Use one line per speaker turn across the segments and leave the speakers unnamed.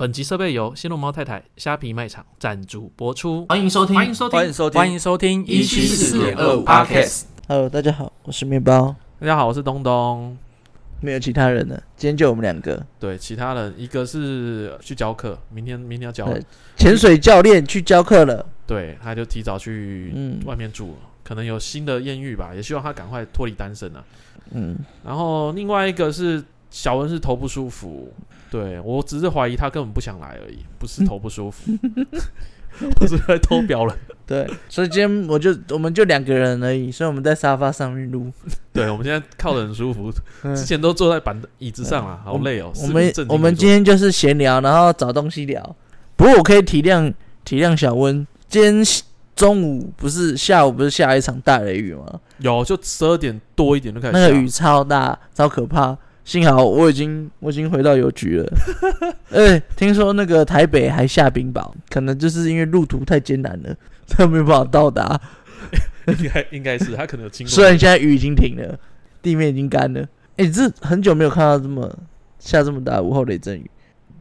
本集设备由新龙猫太太虾皮卖场赞助播出。
欢迎收听，
欢迎收
欢迎
听，
收听，
欢迎收听
一七四点二五 Podcast。
Hello，大家好，我是面包，
大家好，我是东东。
没有其他人了，今天就我们两个。
对，其他人一个是去教课，明天明天要教了，
对潜水教练去教课了，
对，他就提早去
嗯
外面住了，可能有新的艳遇吧，也希望他赶快脱离单身啊。
嗯，
然后另外一个是小恩是头不舒服，对我只是怀疑他根本不想来而已，不是头不舒 服，我是在偷表了。
对，所以今天我就我们就两个人而已，所以我们在沙发上面录。
对，我们现在靠得很舒服，
嗯
之前都坐在板椅子上啊，好累哦。
我
四
们
面正襟
我们
地坐
今天就是闲聊，然后找东西聊。不过我可以体谅体谅小温，今天中午不是下午不是下一场大雷雨吗？
有就十二点多一点就开始下
那个雨超大，超可怕。幸好我已经我已经回到邮局了。哎、听说那个台北还下冰雹，可能就是因为路途太艰难了，他没有办法到达。
应该应该是他可能有经过
虽然现在雨已经停了，地面已经干了。哎、这很久没有看到这么下这么大午后雷阵雨。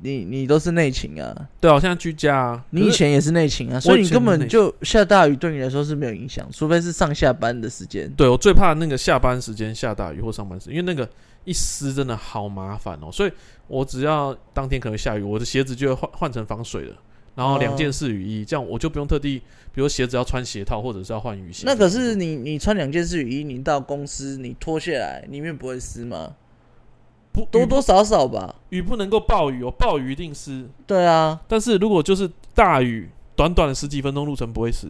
你你都是内勤啊，
对啊，我现在居家啊，
你以前也是内勤啊，
是我
所
以
以
前
你根
是内勤
本就下大雨对你来说是没有影响，除非是上下班的时间。
对我最怕那个下班时间下大雨或上班时间，因为那个一湿真的好麻烦哦。所以我只要当天可能下雨，我的鞋子就会换换成防水的，然后两
哦
件式雨衣，这样我就不用特地，比如鞋子要穿鞋套或者是要换雨鞋。
那可是你你穿两件式雨衣，你到公司你脱下来，里面不会湿吗？
不
多多少少吧。
雨不能够暴雨哦，暴雨一定湿。
对啊，
但是如果就是大雨，短短的十几分钟路程不会湿。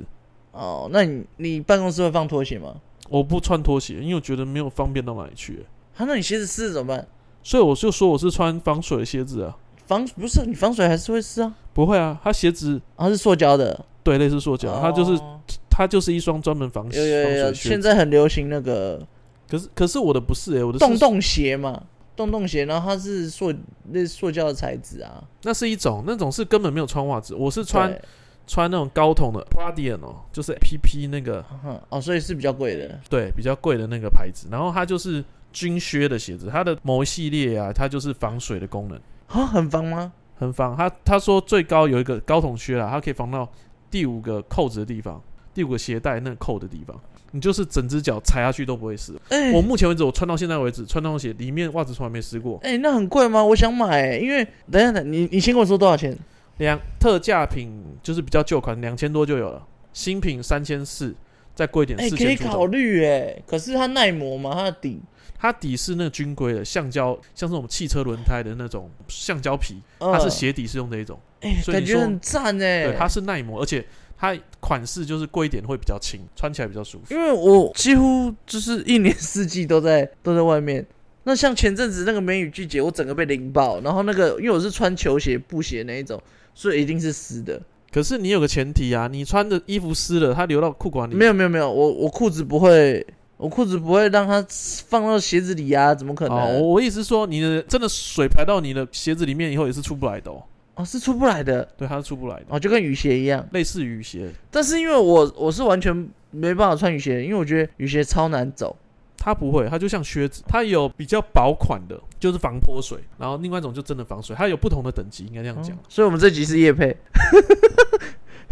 哦，那你你办公室会放拖鞋吗？
我不穿拖鞋，因为我觉得没有方便到哪里去，
啊，那你鞋子湿了怎么办？
所以我就说我是穿防水的鞋子啊。
防不是你防水还是会湿啊？
不会啊，它鞋子
啊，是塑胶的，
对类似塑胶，它就是
哦
它就是一双专门防防
有有有
水
有，
靴
现
子。
在很流行那个
可是可是我的不是诶、欸我的是
洞洞鞋嘛，洞洞鞋，然后它是塑那塑胶的材质啊，
那是一种那种是根本没有穿袜子，我是穿
对，
穿那种高筒的 Pradian 哦，就是 PP 那个
嗯哦，所以是比较贵的，
对比较贵的那个牌子，然后它就是军靴的鞋子，它的某一系列啊，它就是防水的功能
啊，很防吗？
很防。它他说最高有一个高筒靴啦，它可以防到第五个扣子的地方，第五个鞋带那个扣的地方，你就是整只脚踩下去都不会湿。
哎、
我目前为止，我穿到现在为止，穿那双鞋里面袜子从来没湿过。
哎、那很贵吗？我想买、因为等一下，等一下你你先跟我说多少钱？
两特价品就是比较旧款，两千多就有了，新品三千四，再贵一点
哎、
四
可以
千出
考
头。
虑哎、可是它耐磨嘛，它的底，
它底是那个军规的橡胶，像是我们汽车轮胎的那种橡胶皮，
呃、
它是鞋底是用的一种，
哎、
所以
感
你
觉
说
很赞哎、
对，它是耐磨，而且它款式就是贵一点会比较轻，穿起来比较舒服。
因为我几乎就是一年四季都在都在外面。那像前阵子那个梅雨季节，我整个被淋爆，然后那个因为我是穿球鞋、布鞋那一种，所以一定是湿的。
可是你有个前提啊，你穿的衣服湿了，它流到裤管里，
没有没有没有，我我裤子不会，我裤子不会让它放到鞋子里啊，怎么可能？
哦，
哦
我意思是说，你的真的水排到你的鞋子里面以后也是出不来的哦，
是出不来的，
对，它是出不来的，
哦，就跟雨鞋一样。
类似雨鞋，
但是因为我我是完全没办法穿雨鞋，因为我觉得雨鞋超难走。
它不会，它就像靴子，它有比较薄款的，就是防泼水，然后另外一种就真的防水，它有不同的等级，应该这样讲。
嗯所以我们这集是夜配。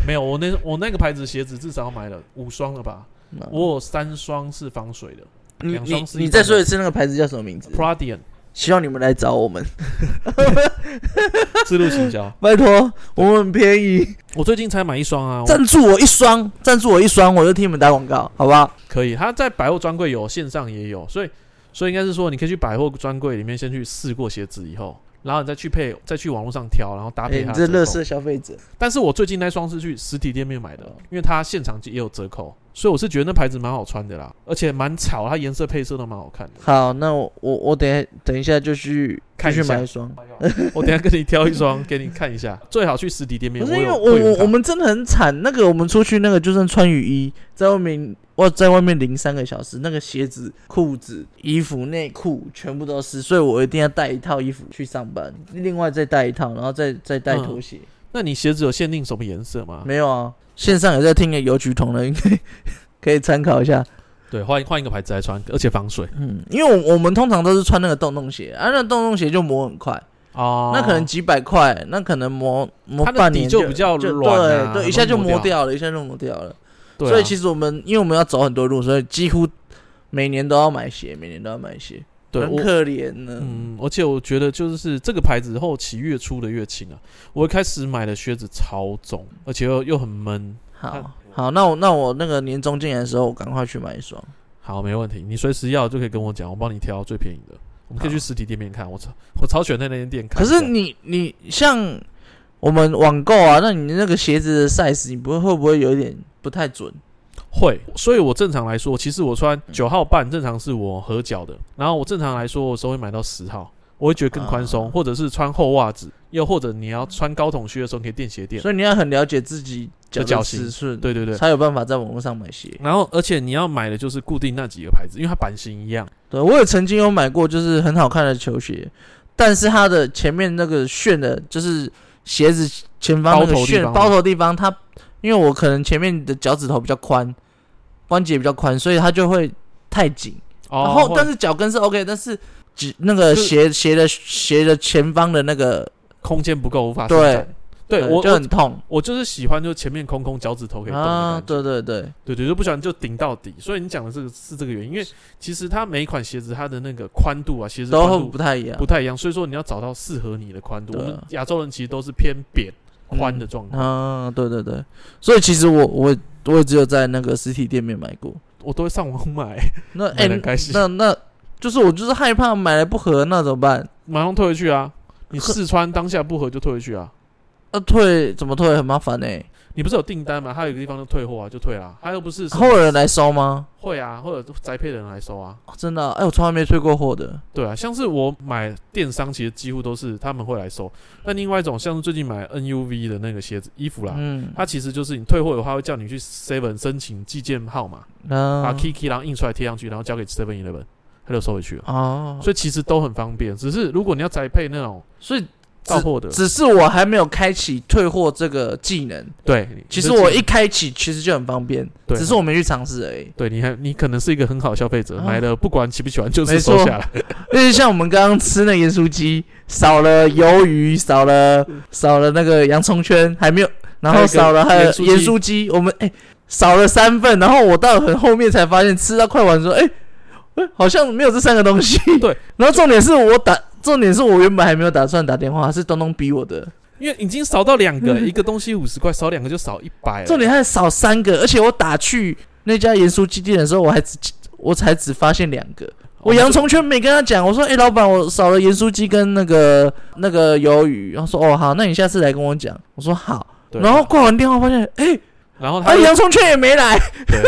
没有，我那我那个牌子鞋子至少买了五双了吧，
哦
我有三双是防水的
嗯你
两
你
双是一
你
般的
再说一次那个牌子叫什么名字？
，Pradian
希望你们来找我们，
自路行销。
拜托，我们很便宜，
我最近才买一双啊，我
赞助我一双，赞助我一双，我就替你们打广告，好不好？
可以，它在百货专柜有，线上也有，所以所以应该是说，你可以去百货专柜里面先去试过鞋子以后，然后你再去配，再去网络上挑，然后搭
哎、
配它的
你这
折扣。
乐色消费者，
但是我最近那双是去实体店面买的，
哦
因为它现场也有折扣，所以我是觉得那牌子蛮好穿的啦，而且蛮潮，它颜色配色都蛮好看的。
好，那我我我等一下等一下就去
看一
就去
下
买一双，
我等一下跟你挑一双给你看一下， 最好去实体店面。
不是因为
有
我
会员
我
卡
我们真的很惨，那个我们出去那个就算穿雨衣，在外面哇在外面淋三个小时，那个鞋子、裤子、衣服、内裤全部都湿，所以我一定要带一套衣服去上班，另外再带一套，然后再再带拖鞋。
那你鞋子有限定什么颜色吗？
没有啊，线上有在听的邮局同仁应该 可以参考一下。
对，换换一个牌子来穿，而且防水
嗯，因为我我们通常都是穿那个洞洞鞋，啊，那洞洞鞋就磨很快，
哦，
那可能几百块，那可能磨磨
它的
半
底
年
就比较软啊
对
很
对，一下
容易
就
磨
磨
掉
掉了，一下就磨掉了。
对啊
所以其实我们因为我们要走很多路，所以几乎每年都要买鞋，每年都要买鞋，
对
很
我
可怜呢。
嗯，而且我觉得就是这个牌子后期越出的越轻啊。我一开始买的靴子超重，
嗯
而且又又很闷。
好
嗯
好，那我那我那个年终进来的时候，我赶快去买一双。
好，没问题，你随时要就可以跟我讲，我帮你挑最便宜的。我们可以
好
去实体店面看，我超我超喜欢在那间店看
可
一下。
是你你像我们网购啊，那你那个鞋子的 size，你不会会不会有一点不太准？
会，所以我正常来说，其实我穿
嗯
九号半正常是我合脚的，然后我正常来说，我有时候会买到十号，我会觉得更宽松，
啊
或者是穿厚袜子，又或者你要穿高筒靴的时候，你可以垫鞋垫。
所以你要很了解自己脚
的脚
的
型
尺寸，啊
对对对。
才有办法在网络上买鞋。
然后，而且你要买的就是固定那几个牌子，因为它版型一样。
对我也曾经有买过，就是很好看的球鞋，但是它的前面那个楦的，就是鞋子前方那个
包头地
楦
方吗
包头地方，它因为我可能前面的脚趾头比较宽，关节比较宽，所以它就会太紧。
哦
然后
会
但是脚跟是 OK，但是只那个
就是
鞋鞋的鞋的前方的那个，
空间啊不够，无法伸
对
展。对
呃
我
就
我
很痛
我就是喜欢，就是前面空空，脚趾头可以动的
啊
感！觉。
对对对，
对对，就不喜欢就顶到底。所以你讲的这个是这个原因，因为其实它每一款鞋子它的那个宽度啊，鞋子宽
都
度
不太一样
不。太一样，所以说你要找到适合你的宽度。
对
我
啊
们亚洲人其实都是偏扁宽的状况，
啊，对对对，所以其实我我我也只有在那个实体店面买过。
我都会上网买，
那
买
哎、
得很开心
那那就是我就是害怕买了不合，那怎么办？
马上退回去啊。你
呵
试穿当下不合就退回去啊。
那、退怎么退很麻烦呢、欸
你不是有订单吗？它有一个地方就退货啊，就退啦。它又不是什么
会有人来收吗？
会啊，或者宅配的人来收啊。
哦真的啊、哎、我从来没退过货的。
对啊，像是我买电商，其实几乎都是他们会来收。那另外一种，像是最近买 NUV 的那个鞋子衣服啦，
嗯，
它其实就是你退货的话，会叫你去 Seven 申请寄件号码，把
啊
Kiki 然后印出来贴上去，然后交给 Seven Eleven，他就收回去了。
哦，
所以其实都很方便，只是如果你要宅配那种
所以
到货的，
只是我还没有开启退货这个技能。
对，
其实我
你
一
就
开启，其实就很方便，
对
只是我没去尝试而已。
对你还你可能是一个很好的消费者，
啊
买了不管喜不喜欢就是
没
收
错
下来。
因为像我们刚刚吃那盐酥鸡，少了鱿鱼，少了少了那个洋葱圈，还没有，然
还有
后
一个
少了还有
盐酥鸡
盐酥鸡，我们哎、少了三份，然后我到很后面才发现吃到快完说，哎、哎好像没有这三个东西。
对，
然后重点是我打，重点是我原本还没有打算打电话，是东东逼我的，
因为已经少到两 个，一个东西五十块，少两个就少一百了。
重点还少三个，而且我打去那家盐酥鸡店的时候，我还只我才只发现两个。
哦
我洋葱圈没跟他讲，我说：“哎、老板，我少了盐酥鸡跟那个那个鱿鱼。”然后说：“哦，好，那你下次来跟我讲。”我说：“好。”
对哦
然后挂完电话发现，哎、
然后
啊，
他
洋葱圈也没来。
对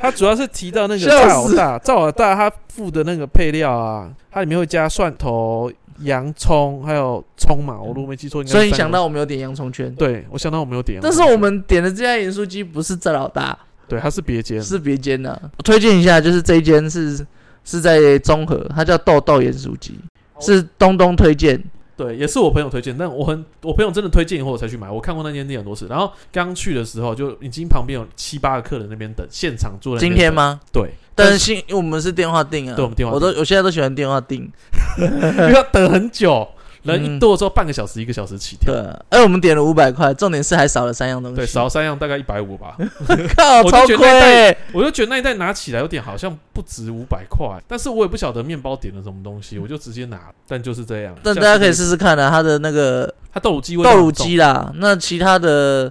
他，他主要是提到那个
笑
赵老
死
大，赵老大他附的那个配料啊，它里面会加蒜头、洋葱，还有葱嘛，我如果没记错，应该是
所以你
三
想
个
到我们有点洋葱圈，
对我想到我没有点，
但是我们点的这家盐酥鸡不是这老大，
对它是别间，
是别间的、我推荐一下，就是这一间是是在中和，它叫豆豆盐酥鸡，
哦
是东东推荐。
对，也是我朋友推荐，但我很我朋友真的推荐以后我才去买，我看过那间店很多次，然后刚去的时候就已经旁边有七八个客人那边等，现场坐在那
今
边
天
等？
吗？
对，
但是新我们是电话订啊，
对我们电话
我都我现在都喜欢电话订。
因为要等很久，人一
嗯
多的时候半个小时一个小时起跳
对，，哎、我们点了五百块，重点是还少了三样东西。
对，少三样大概一百五吧。
靠，
我就
超
觉得
亏、
那
欸！
我就觉得那一袋拿起来有点好像不值五百块，但是我也不晓得面包点了什么东西，我就直接拿了。但就是这样，
嗯但
下
大
次
家可以，试试看啊，它的那个
它豆乳鸡味道
豆
很
乳
重
鸡啦，那其他的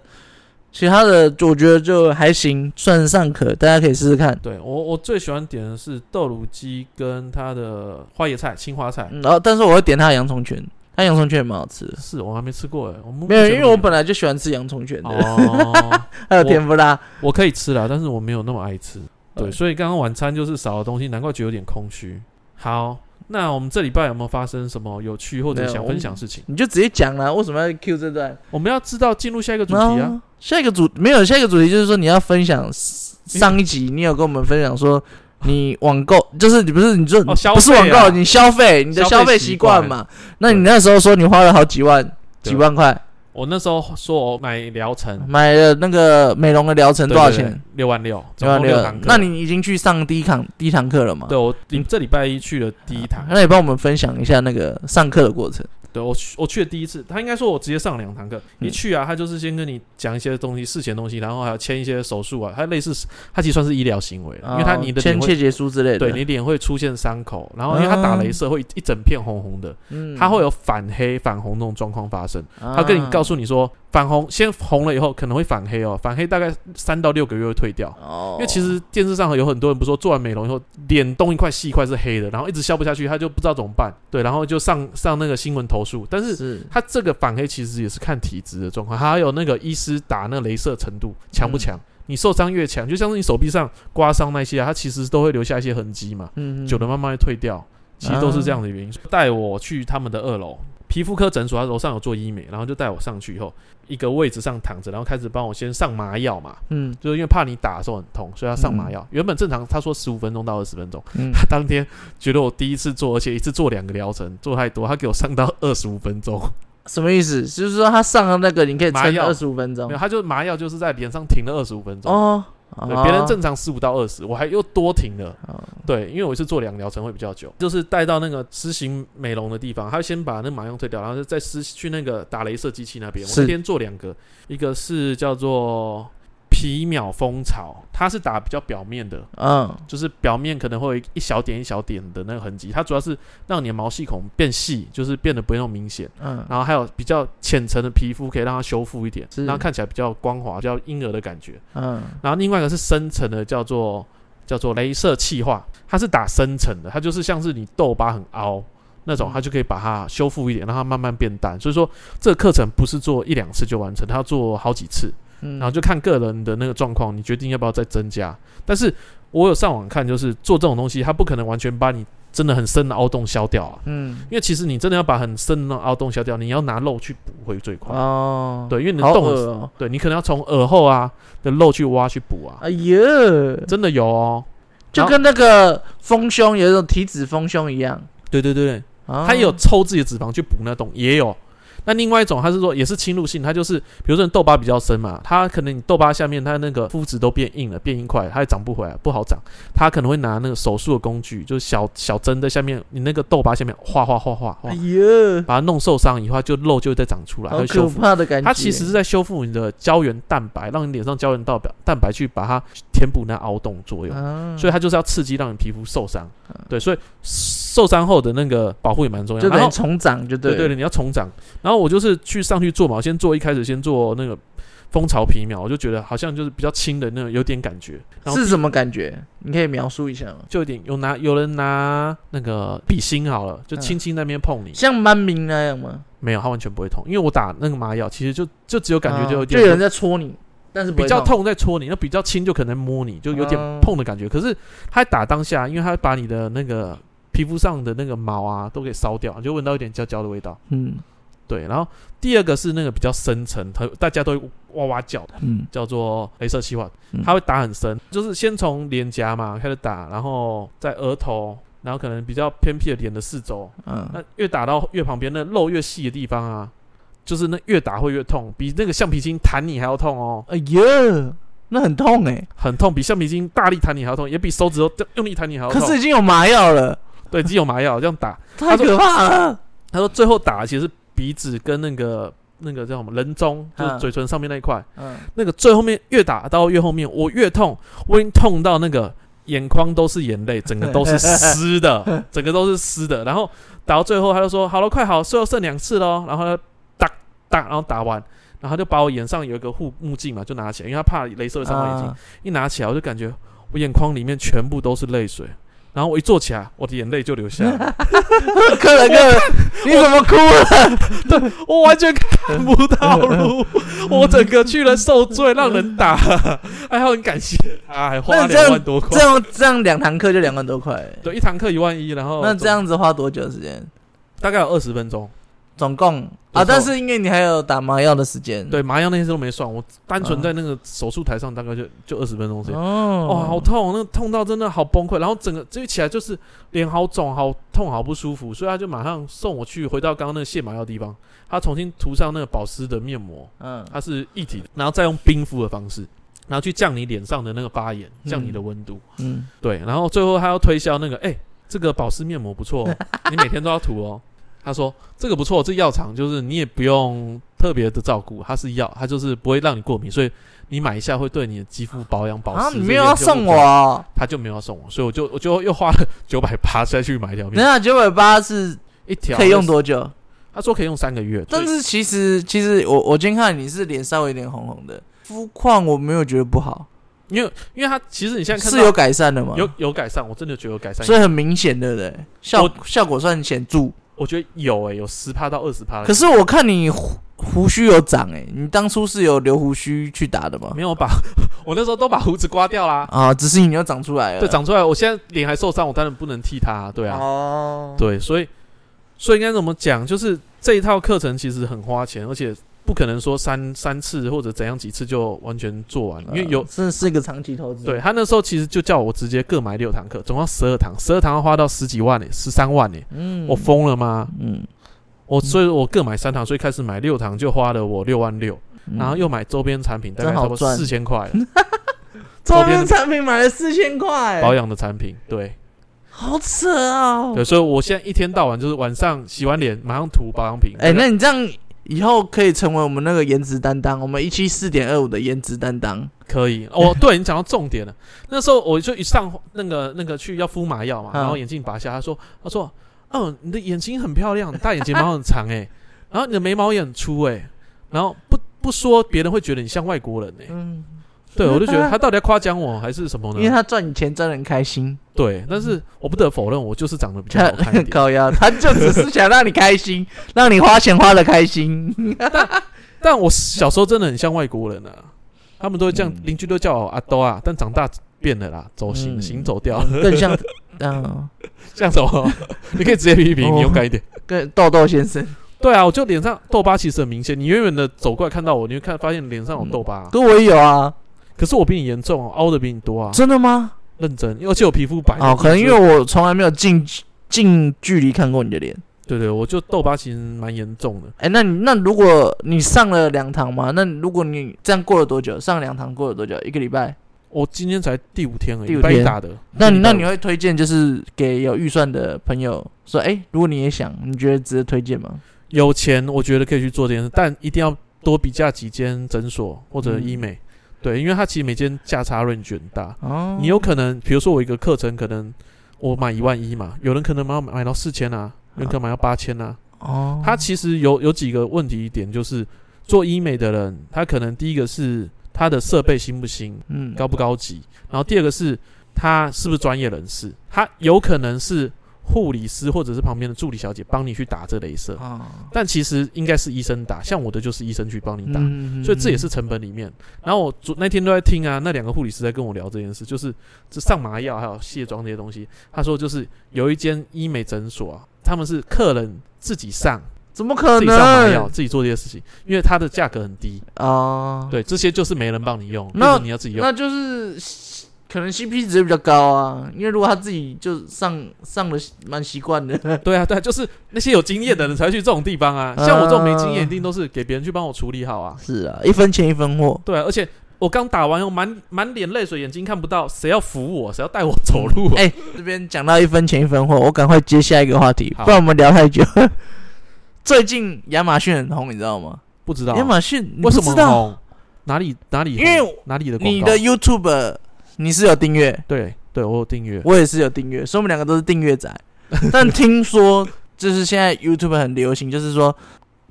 其他的，我觉得就还行，算得上可，大家可以试试看。
对我我最喜欢点的是豆乳鸡跟它的花椰菜、青花菜，
嗯然后，但是我会点它的洋葱圈，它洋葱圈也蛮好吃的。
是我还没吃过哎，我目
没有，
前
因为我本来就喜欢吃洋葱圈的，
哦，
还有甜不辣。
我可以吃啦，但是我没有那么爱吃。对，
嗯
所以刚刚晚餐就是少了东西，难怪觉得有点空虚。好，那我们这礼拜有没有发生什么有趣或者
没有
想
我
分
们
享的事情？
你就直接讲啦，为什么要 Q 这段？
我们要知道进入下一个主题
然
啊。
后下一个主没有下一个主题就是说你要分享上一集，你有跟我们分享 说你网购就是你不是你说、
哦消费啊
不是网购，你消费你的
消费
消费
习
习惯
惯
嘛？那你那时候说你花了好几万
对
几万块，
我那时候说我买疗程，
买了那个美容的疗程多少
对？对
钱
对？六万六，
六
总
万
共
六
六堂。课。
那你已经去上第一堂第一堂课了吗？
对我你这礼拜一去了第一堂，
那你帮我们分享一下那个上课的过程。
对我去我去的第一次，他应该说我直接上两堂课，
嗯
一去啊，他就是先跟你讲一些东西，事前东西，然后还有签一些手术啊，他类似他其实算是医疗行为，因为他
哦
你的脸
签
会
切结书之类的，
对你脸会出现伤口，然后因为他打
嗯
镭射会一一整片红红的，
嗯哦
它会有反黑反红那种状况发生。
他
他跟你告诉你说，反红先红了以后可能会反黑哦，反黑大概三到六个月会退掉。
哦，
因为其实电视上有很多人不是说做完美容以后脸东一块西一块是黑的，然后一直消不下去，他就不知道怎么办，对，然后就上上那个新闻投诉。但是
是
他这个反黑其实也是看体质的状况，还有那个医师打那镭射程度强不强，
嗯
你受伤越强，就像是你手臂上刮伤那些啊，它其实都会留下一些痕迹嘛。
嗯
久了慢慢会退掉，其实都是这样的原因。带我去他们的二楼皮肤科诊所，他楼上有做医美，然后就带我上去以后，一个位置上躺着，然后开始帮我先上麻药嘛，
嗯
就是因为怕你打的时候很痛，所以要上麻药。原本正常他说十五分钟到二十分钟，
嗯
他当天觉得我第一次做，而且一次做两个疗程，做太多，他给我上到二十五分钟。
什么意思？就是说他上了那个你可以
麻
撑
药
二十五分钟
没有，他就麻药就是在脸上停了二十五分钟。
哦，
对，
哦
别人正常十五到二十，我还又多停了。
哦
对，因为我是做两个疗程会比较久，就是带到那个施行美容的地方，他先把那麻用退掉，然后再施去那个打镭射机器那边。我
是
那天做两个，一个是叫做皮秒蜂巢，它是打比较表面的，
嗯
就是表面可能会有一小点一小点的那个痕迹，它主要是让你的毛细孔变细，就是变得不会那么明显。
嗯
然后还有比较浅层的皮肤可以让它修复一点，
是
让它看起来比较光滑、比较婴儿的感觉。
嗯
然后另外一个是深层的，叫做叫做镭射气化，它是打深层的，它就是像是你痘疤很凹那种
嗯，
它就可以把它修复一点，让它慢慢变淡。所以说这个课程不是做一两次就完成，它要做好几次，
嗯，
然后就看个人的那个状况，你决定要不要再增加。但是我有上网看，就是做这种东西，它不可能完全把你真的很深的凹洞消掉啊。
嗯
因为其实你真的要把很深的凹洞消掉，你要拿肉去补会最快。
哦，
对，因为你的
好
洞
恶
是，
哦，
对你可能要从耳后啊的肉去挖去补啊。
哎呀，
真的有哦，
就跟那个丰胸有一种体脂丰胸一样，
对对对，
啊
他也有抽自己的脂肪去补那洞，也有。那另外一种，他是说也是侵入性，他就是比如说你痘疤比较深嘛，他可能你痘疤下面它那个肤质都变硬了，变硬块了，它也长不回来，不好长。他可能会拿那个手术的工具，就是小小针在下面你那个痘疤下面画画画画画
哎，呀，
把它弄受伤以后，它就肉就会再长出来，
好
会
可
修复。
怕的感觉。
它其实是在修复你的胶原蛋白，让你脸上胶原蛋白蛋白去把它填补那凹洞作用。
啊，
所
以
以它就是要刺激让你皮肤受伤，对，所以受伤后的那个保护也蛮重要。
就
然
等
后
于重长，就
对
对
对
了
对，你要重长。然后我就是去上去做嘛，我先做一开始先做那个蜂巢皮秒，我就觉得好像就是比较轻的那个有点感觉，然后
是什么感觉？你可以描述一下吗？
就有点有拿有人拿那个笔芯好了，就
嗯
轻轻那边碰你，
像曼明那样吗？
没有，它完全不会痛，因为我打那个麻药其实就就只有感觉就有
啊
点、
就有人在戳你，但是不会
比较痛在戳你，那比较轻就可能摸你，就有点
嗯
碰的感觉。可是它打当下，因为它把你的那个皮肤上的那个毛啊都给烧掉，就闻到一点焦焦的味道。
嗯
对，然后第二个是那个比较深层，它大家都会哇哇叫，
嗯
叫做镭射气化
嗯，
它会打很深，就是先从脸颊嘛开始打，然后在额头，然后可能比较偏僻的脸的四周，
嗯，
那越打到越旁边，那肉越细的地方啊，就是那越打会越痛，比那个橡皮筋弹你还要痛哦。
哎呀，那很痛哎，
很痛，比橡皮筋大力弹你还要痛，也比手指头用力弹你还要
可
痛。
是已经有麻药了，
对，只有麻药这样打。
太可怕了。
他说最后打的其实是鼻子跟那个那个叫什么人中，就
嗯
是嘴唇上面那一块，
嗯，
那个最后面越打到越后面，我越痛，我已经痛到那个眼眶都是眼泪，整个都是湿的， 整个都是湿的。然后打到最后，他就说好了，快好，最后剩两次喽。然后他打打，然后打完。然后他就把我眼上有一个护目镜嘛，就拿起来，因为他怕镭射会伤到眼睛。
啊
一拿起来，我就感觉我眼眶里面全部都是泪水。然后我一坐起来，我的眼泪就流下来了，
客人客人，你怎么哭啊了？
我完全看不到路，我整个去了受罪，让人打，还好很感谢他，还
那
花
你这样
两万多块
这，样这样两堂课就两万多块，
哦对，一堂课一万一，然后
那这样子花多久时间？
大概有二十分钟，
总共
多
啊，
少
但是因为你还有打麻药的时间，，
对，麻药那些都没算，我单纯
嗯
在那个手术台上大概就就二十分钟时间。
哦，
哇，好痛！那个痛到真的好崩溃，然后整个就起来就是脸好肿、好痛、好不舒服，所以他就马上送我去回到刚刚那个卸麻药的地方，他重新涂上那个保湿的面膜，
嗯，
它是一体的，然后再用冰敷的方式，然后去降你脸上的那个发炎，降你的温度。
嗯，
对，然后最后他要推销那个，哎、这个保湿面膜不错、 哦，你每天都要涂哦。他说这个不错，这药厂就是你也不用特别的照顾，它是药，它就是不会让你过敏，所以你买一下会对你的肌肤保养保湿。
啊，你没有要送我、，哦，
他就没有要送我，所以我就我就又花了九百八再去买一条
等一
面，
下九百八是
一条
可以用？多久？
他说可以用三个月，
但
所以
是其实其实我我今天看你是脸稍微有点红红的，肤况我没有觉得不好，
因为因为他其实你现在看
是
到
有改善的吗？
有有改善，我真的觉得有改善，
所以很明显，对不对？效效果算显著。
我觉得有欸诶、有十趴到二十趴。
可是我看你胡胡须有长、欸，你当初是有留胡须去打的吗
没？有把， 我那时候都把胡子刮掉啦。
啊，只是你又长出来了。
对，长出来，我现在脸还受伤，我当然不能剃它啊、对啊，
啊哦，
对，所以所以应该怎么讲？就是这一套课程其实很花钱，而且不可能说三三次或者怎样几次就完全做完，因为有
呃真的是一个长期投资。
对，他那时候其实就叫我直接各买六堂课，总共十二堂，十二堂要花到十几万呢、欸十三万呢、
嗯
我疯了吗？
嗯，
我所以，我各买三堂，所以开始买六堂就花了我六万六，
嗯
然后又买周边产品，大
真
概
好
差不多
赚
四千 块了周
周
边
边产品买了四千块，
保养的产品，对
好扯哎哦。
对，所以我现在一天到晚就是晚上洗完脸马上涂保养品，
哎、那你这样以后可以成为我们那个颜值担当，我们一期四点二五的颜值担当。
可以，哦，对你讲到重点了。 那时候我就一上那个那个去要敷麻药嘛，
嗯
然后眼镜拔下，他说他说，嗯，你的眼睛很漂亮，大眼睫毛很长哎、 然后你的眉毛也很粗哎、然后不不说别人会觉得你像外国人哎、
嗯，
对我就觉 得他到底在夸奖我还是什么
因为
呢？
他赚你钱赚得很开心，
对，但是我不得否认，我就是长得比较好
他
看 一点。
高腰，他就只是想让你开心，让你花钱花的开心。
但我小时候真的很像外国人
嗯
啊，他们都会这样，邻、居都叫我阿兜啊，但长大变了啦，走行、
嗯
行走掉，
更像， 嗯、
像什么？ 你可以直接批评，你勇敢一点。
更豆豆先生。
对啊，我就脸上痘疤其实很明显，你远远的走过来看到我，你会看发现脸上有痘疤、
可我也有啊，
可是我比你严重哦，凹的比你多啊，
真的吗？
认真，而且我皮肤白
哦，可能因为我从来没有近近距离看过你的脸。
对对，我就痘疤其实蛮严重的，
哎、那你那如果你上了两堂嘛，那如果你这样过了多久？上两堂过了多久？一个礼拜？
我今天才第五天而已，
第五
礼拜一
天
打的，
那你
礼拜
那
五
你会推荐就是给有预算的朋友说，哎、如果你也想，你觉得值得推荐吗？
有钱，我觉得可以去做这件事，但一定要多比价几间诊所或
嗯
者医美，对，因为它其实每间价差 range 很大，
哦，
你有可能，比如说我一个课程可能我买一万一嘛，有人可能买买到四千啊，有人可能买到八千啊，
哦，
他其实有有几个问题点，就是做医美的人，他可能第一个是他的设备新不新，
嗯
高不高级，然后第二个是他是不是专业人士，他有可能是护理师或者是旁边的助理小姐帮你去打这镭射，
啊，
但其实应该是医生打，像我的就是医生去帮你打。
嗯
所以这也是成本里面。然后我昨那天都在听啊，那两个护理师在跟我聊这件事，就是这上麻药还有卸妆这些东西。他说就是有一间医美诊所啊，他们是客人自己上，
怎么可
自己上麻
能
药，自己做这些事情，因为它的价格很低。
啊？，
对，这些就是没人帮你用，
那
那你要自己用。
那就是可能 CP 值比较高啊，因为如果他自己就上上的蛮习惯的，
对啊，对啊，就是那些有经验的人才会去这种地方啊。像我这种没经验，一定都是给别人去帮我处理好啊。
是啊，一分钱一分货，
对啊，而且我刚打完，我满满脸泪水，眼睛看不到，谁要扶我？谁要带我走路、啊？
哎、这边讲到一分钱一分货，我赶快接下一个话题，
好
不然我们聊太久。 最近亚马逊很红，你知道吗？
不知道啊、
亚马逊哎你不
为什么
知道？
红？哪里哪里红？
因为
哪里的广告
你的 YouTube 你是有订阅，
对对，我有订阅。
我也是有订阅，所以我们两个都是订阅仔。但听说就是现在 YouTube 很流行，就是说，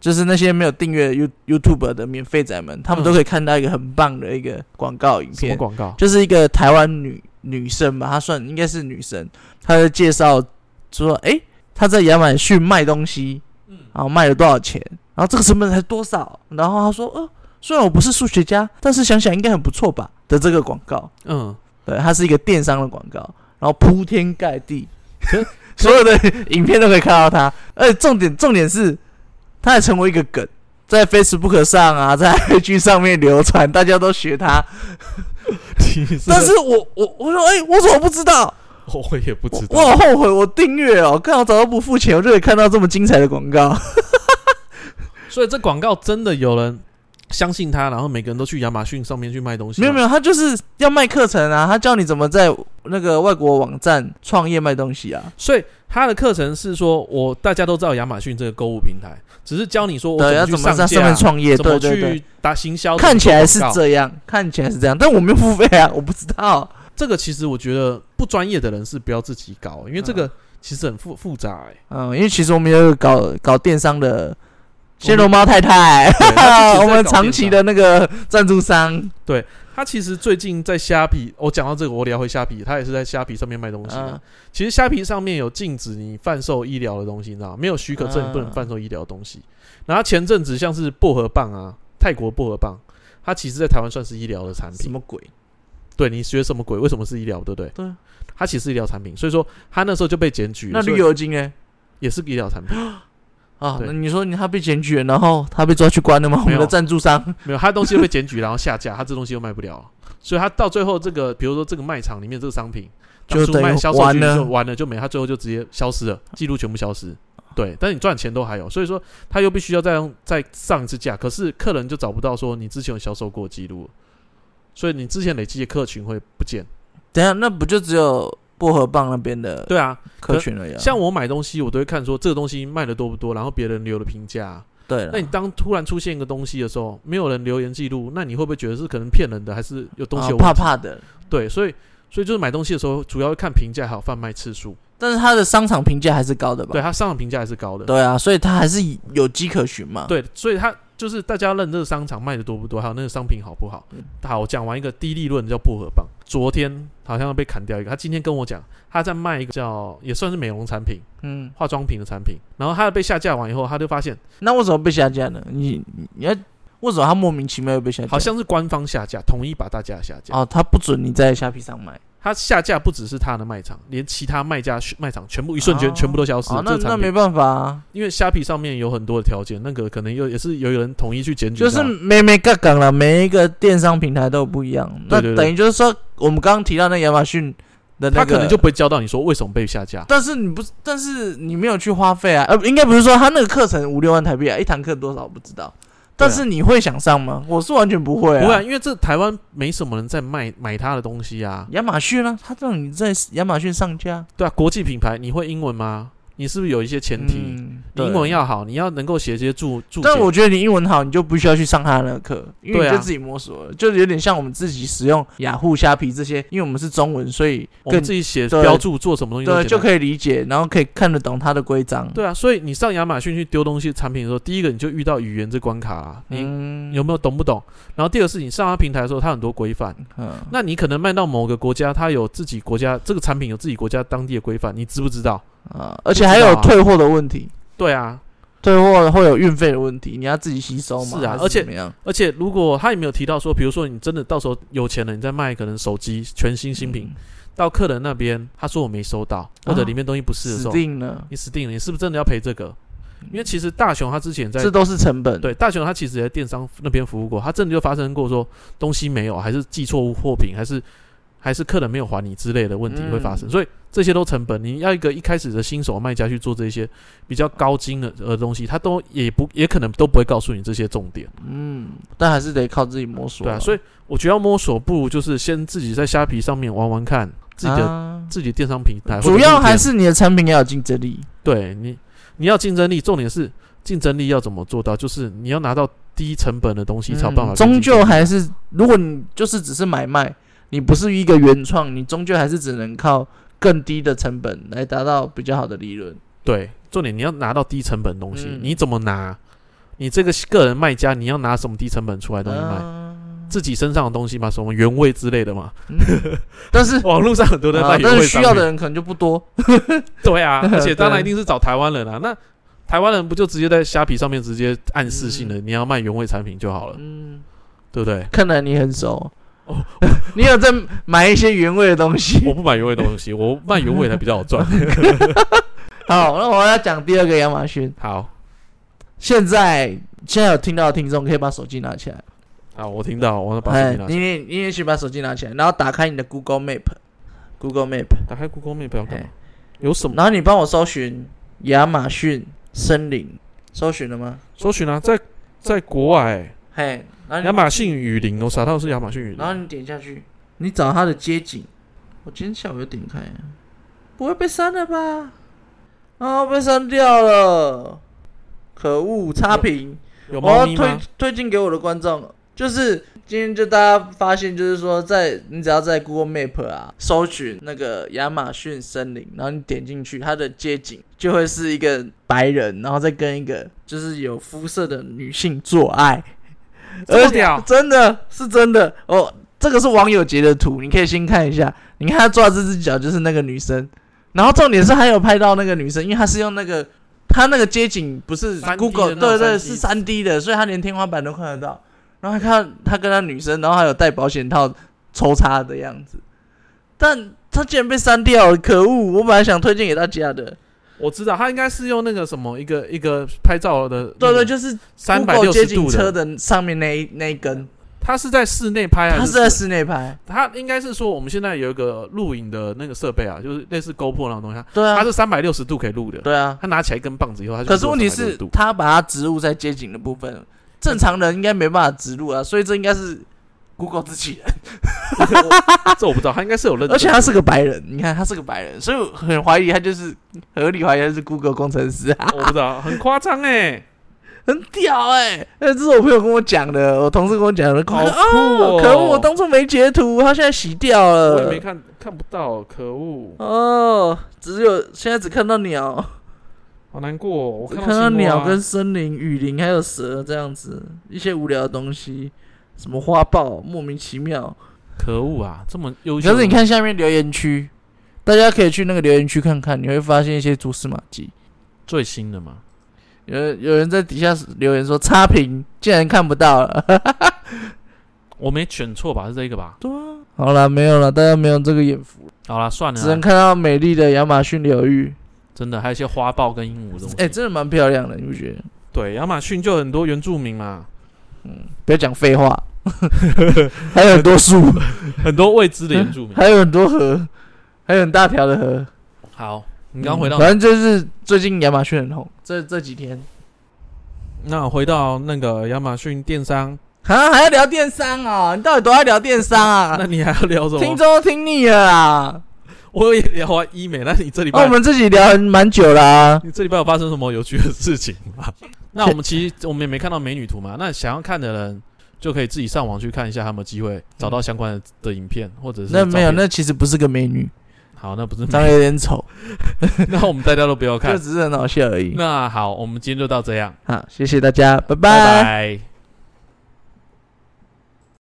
就是那些没有订阅 You YouTube 的免费仔们，他们
嗯
都可以看到一个很棒的一个广告影
什么
片，
广告？
就是一个台湾女女生吧，她算应该是女生，她在介绍说，诶，她在亚马逊卖东西，
嗯
然后卖了多少钱，然后这个成本才多少，然后她说，呃，虽然我不是数学家，但是想想应该很不错吧的这个广告，
嗯，
对，它是一个电商的广告，然后铺天盖地
可，
所有的影片都可以看到它，而且重点重点是，它也成为一个梗，在 Facebook 上啊，在 IG 上面流传，大家都学它。 但是我我我说，哎、我怎么不知道？
我也不知
我我
道，
好后悔，我订阅哦，看我早都不付钱，我就可以看到这么精彩的广告。
所以这广告真的有人相信他，然后每个人都去亚马逊上面去卖东西。
没有没
有，
有，他就是要卖课程啊，他教你怎么在那个外国网站创业卖东西啊。
所以他的课程是说，我大家都知道亚马逊这个购物平台，只是教你说我
对，要
怎
怎
么去架啊
么在上面创业？
怎么
对对对
去，打行销，
看起来是
怎么做广告
这样，看起来是这样，但我没有付费啊， 我不知道。
这个其实我觉得不专业的人是不要自己搞，因为这个其实很复复杂、欸。
嗯，因为其实我们也有搞搞电商的仙龙猫太太，
对他自己
我
在
们
搞
长
电
期
商
的那个赞助商。
他其实最近在虾皮，我讲到这个，我聊回虾皮，他也是在虾皮上面卖东西的。
嗯
其实虾皮上面有禁止你贩售医疗的东西，你知道吗？没有许可证，
嗯
你不能贩售医疗的东西。然后前阵子像是薄荷棒啊，泰国薄荷棒，它其实在台湾算是医疗的产
什
品。
么鬼？
对你学什么鬼？为什么是医疗？对不对？
对啊，
它其实是医疗产品，所以说它那时候就被检举了。
那
所以
绿油精呢？
也是医疗产品，
啊，
对
那你说你他被检举了，然后他被抓去关了吗？我
没
们
有
的赞助商，
没有它东西又被检举，然后下架，它这东西又卖不了，所以它到最后这个，比如说这个卖场里面这个商品，
就
当初
等
卖
于
销售
完
局
了
就完了，就没，它最后就直接消失了，记录全部消失。对，但是你赚钱都还有，所以说他又必须要再用再上一次架，可是客人就找不到说你之前有销售过的记录，所以你之前累积的客群会不见。
等一下那不就只有薄荷棒那边的
对啊，
客群而已、啊？
像我买东西，我都会看说这个东西卖的多不多，然后别人留的评价啊、
对了，
那你当突然出现一个东西的时候，没有人留言记录，那你会不会觉得是可能骗人的，还是有东西
啊
有问
怕
题？
怕的，
对，所以所以就是买东西的时候，主要会看评价还有贩卖次数。
但是他的商场评价还是高的吧？
对，它上场评价还是高的。
对啊，所以他还是有迹可循嘛。，
对，所以它就是大家认这个商场卖的多不多，还有那个商品好不好。
嗯
好，我讲完一个低利润叫薄荷棒，昨天好像被砍掉一个，他今天跟我讲他在卖一个叫也算是美容产品、
嗯，
化妆品的产品，然后他被下架完以后，他就发现
那为什么被下架呢？你你你要为什么他莫名其妙又被下架？
好像是官方下架，统一把大家下架。
哦，他不准你在虾皮上买，
它下架不只是它的卖场，连其他卖家卖场全部一瞬间
哦
全部都消失。
哦，那
这个
那
产品
没办法啊，
因为虾皮上面有很多的条件，那个可能又也是有人统一去检举
就
它，
是每每杠杠了，每一个电商平台都不一样。
对对对
那等于就是说，我们刚刚提到那亚马逊的那
他
个，
可能就不会教到你说为什么被下架。
但是你不，但是你没有去花费啊，呃，应该不是说他那个课程五六万台币啊，一堂课多少我不知道，但是你会想上吗？我是完全不会啊。
啊不会、啊，因为这台湾没什么人在卖买它的东西啊。
亚马逊呢、啊，他让你在亚马逊上架，
对啊，国际品牌你会英文吗？你是不是有一些前提？
嗯
你英文。要好，你要能够写一些注注
对
解。
但我觉得你英文好，你就不需要去上他的那个课，因为
对啊
你就自己摸索了，就有点像我们自己使用雅虎、虾皮这些，因为我们是中文，所以
我
更
们自己写
对
标注做什么东西都
对就
以。
可以理解，然后可以看得懂它的规章。
对啊，所以你上亚马逊去丢东西产品的时候，第一个你就遇到语言这关卡啊，你
嗯，
有没有懂不懂？然后第二个是你上他平台的时候，他很多规范，
嗯
那你可能卖到某个国家，它有自己国家这个产品有自己国家当地的规范，你知不知道？
啊，而且还有
不知
退货的问题，
对啊，
退货会有运费的问题，你要自己吸收嘛？
是啊
还
而且
怎么样？
而且如果他也没有提到说，比如说你真的到时候有钱了，你再卖可能手机全新新品、
嗯
到客人那边，他说我没收到，或者里面东西不是的时
死
候，
定了，
你死定了，你是不是真的要赔这个？因为其实大雄他之前在
这都是成本。
对大雄他其实也在电商那边服务过，他真的就发生过说东西没有，还是寄错货品，还是还是客人没有还你之类的问题会发生，
嗯
所以这些都成本。你要一个一开始的新手卖家去做这些比较高精的呃东西，他都也不也可能都不会告诉你这些重点，
嗯，但还是得靠自己摸索。
对啊。所以我觉得要摸索，不如就是先自己在虾皮上面玩玩看自己的、
啊
自己电商平台，
主要还是你的产品要有竞争力。
对你，你要竞争力，重点是竞争力要怎么做到？就是你要拿到低成本的东西，才有办法
嗯
去竞争、
终究还是，如果你就是只是买卖，你不是一个原创，你终究还是只能靠更低的成本来达到比较好的利润。
对，重点你要拿到低成本的东西，
嗯
你怎么拿？你这个个人卖家，你要拿什么低成本出来的东西卖？
啊
自己身上的东西嘛，什么原味之类的嘛，
但是
网络上很多人在卖
啊
原
但
味、
是需要的，人可能就不多。
对啊， 而且当然一
对
定是找台湾人啊。那台湾人不就直接在虾皮上面直接暗示性的，你要卖原味产品就好了，
嗯，
对不对？
看来你很熟
哦。
你有在买一些原味的东西？
我不买原味的东西，我卖原 味才比较好赚。
好，那我要讲第二个亚马逊，
好，
现在现在有听到的听众可以把手机拿起来，
啊，我听到，我要把手
哎
机，拿
你
起来，
也你也许把手机拿起来，然后打开你的 Google Map，Google Map，
打开 Google Map 要干嘛
哎？
有什么？
然后你帮我搜寻亚马逊森林，搜寻了吗？
搜寻啊，在在国外、
嘿，然后
亚
你
马逊雨林，我查到的是亚马逊雨林
然。后你点下去，你找它的街景。我今天下午有点开、啊，不会被删了吧？啊、被删掉了，可恶！差评，
有
我要
猫咪
推
吗？
推荐给我的观众，就是今天就大家发现，就是说在你只要在 Google Map 啊搜寻那个亚马逊森林，然后你点进去，它的街景就会是一个白人，然后再跟一个就是有肤色的女性做爱，
这么屌
真的是真的哦。这个是网友截的图，你可以先看一下。你看他抓这只脚就是那个女生，然后重点是还有拍到那个女生，因为他是用那个他那个街景不是
3D 的那
Google
种
对对
3D
是三 D 的，所以他连天花板都看得到。然后还看到他跟他女生，然后还有戴保险套抽插的样子，但他竟然被删掉了，可恶！我本来想推荐给大家的，
我知道，它应该是用那个什么一个一个拍照的，
对对，就是
三百
Google
六
街
十
景
度
车
的。
的上面那一那一根，
它是在室内拍还
他
是
是在室内拍，
它应该是说，我们现在有一个录影的那个设备啊，就是类似 GoPro 那种东西，
对
它
啊
它，是三百六十度可以录的。
对啊。
它拿起来一根棒子以后，它就
可是问题是
360度，
他把它植入在街景的部分，正常人应该没办法植入啊，所以这应该是 Google 自己人，
这我不知道，它应该是有认真的，
而且他是个白人，你看他是个白人，所以我很怀疑他就是合理怀疑他是 Google 工程师啊，
我不知道，很夸张哎，
很屌哎、那这是我朋友跟我讲的，我同事跟我讲的，
好酷
啊
哦！
可恶，我当初没截图，他现在洗掉
我也
了
没。看看不到，可恶，
哦，只有现在只看到鸟，
好难过哦，我
只
看
看
到
到
青蛙
鸟跟森林、雨林还有蛇这样子一些无聊的东西，什么花豹，莫名其妙。
可恶啊，这么优秀，
可是你看下面留言区，大家可以去那个留言区看看，你会发现一些蛛丝马迹。
最新的嘛，
有人有人在底下留言说差评，竟然看不到了。
我没选错吧？是这个吧？
好啦，没有了，大家没有这个眼福，
好啦，算了啊
只能
啦，
看到美丽的亚马逊流域。
真的还有一些花豹跟鹦鹉的东西。
哎、真的蛮漂亮的，你不觉得？
对，亚马逊就很多原住民嘛，
不要讲废 话，还有很多树，
很多未知的原住 民。
还有很多河，还有很大条的河。
好，你刚回到
反正就是最近亚马逊很红，这这几天
那回到那个亚马逊电商，
啊还要聊电商哦，你到底多爱聊电商啊？
那你还要聊什
听
么？
众都听腻了啊！
我也聊完医美，那你这礼
那、
拜
哦我们自己聊很蛮久了、啊，
你这礼拜有发生什么有趣的事情 吗？那我们其实我们也没看到美女图嘛，那想要看的人就可以自己上网去看一下，他们有机会找到相关的的影片或者是
那
照
没有，
片
那其实不是个美女，
好，那不是
长
美，
得有点丑，
那我们大家都不要
就
看。
只是很好笑而已。
那好，我们今天就到这样，
好，谢谢大家，拜
拜拜。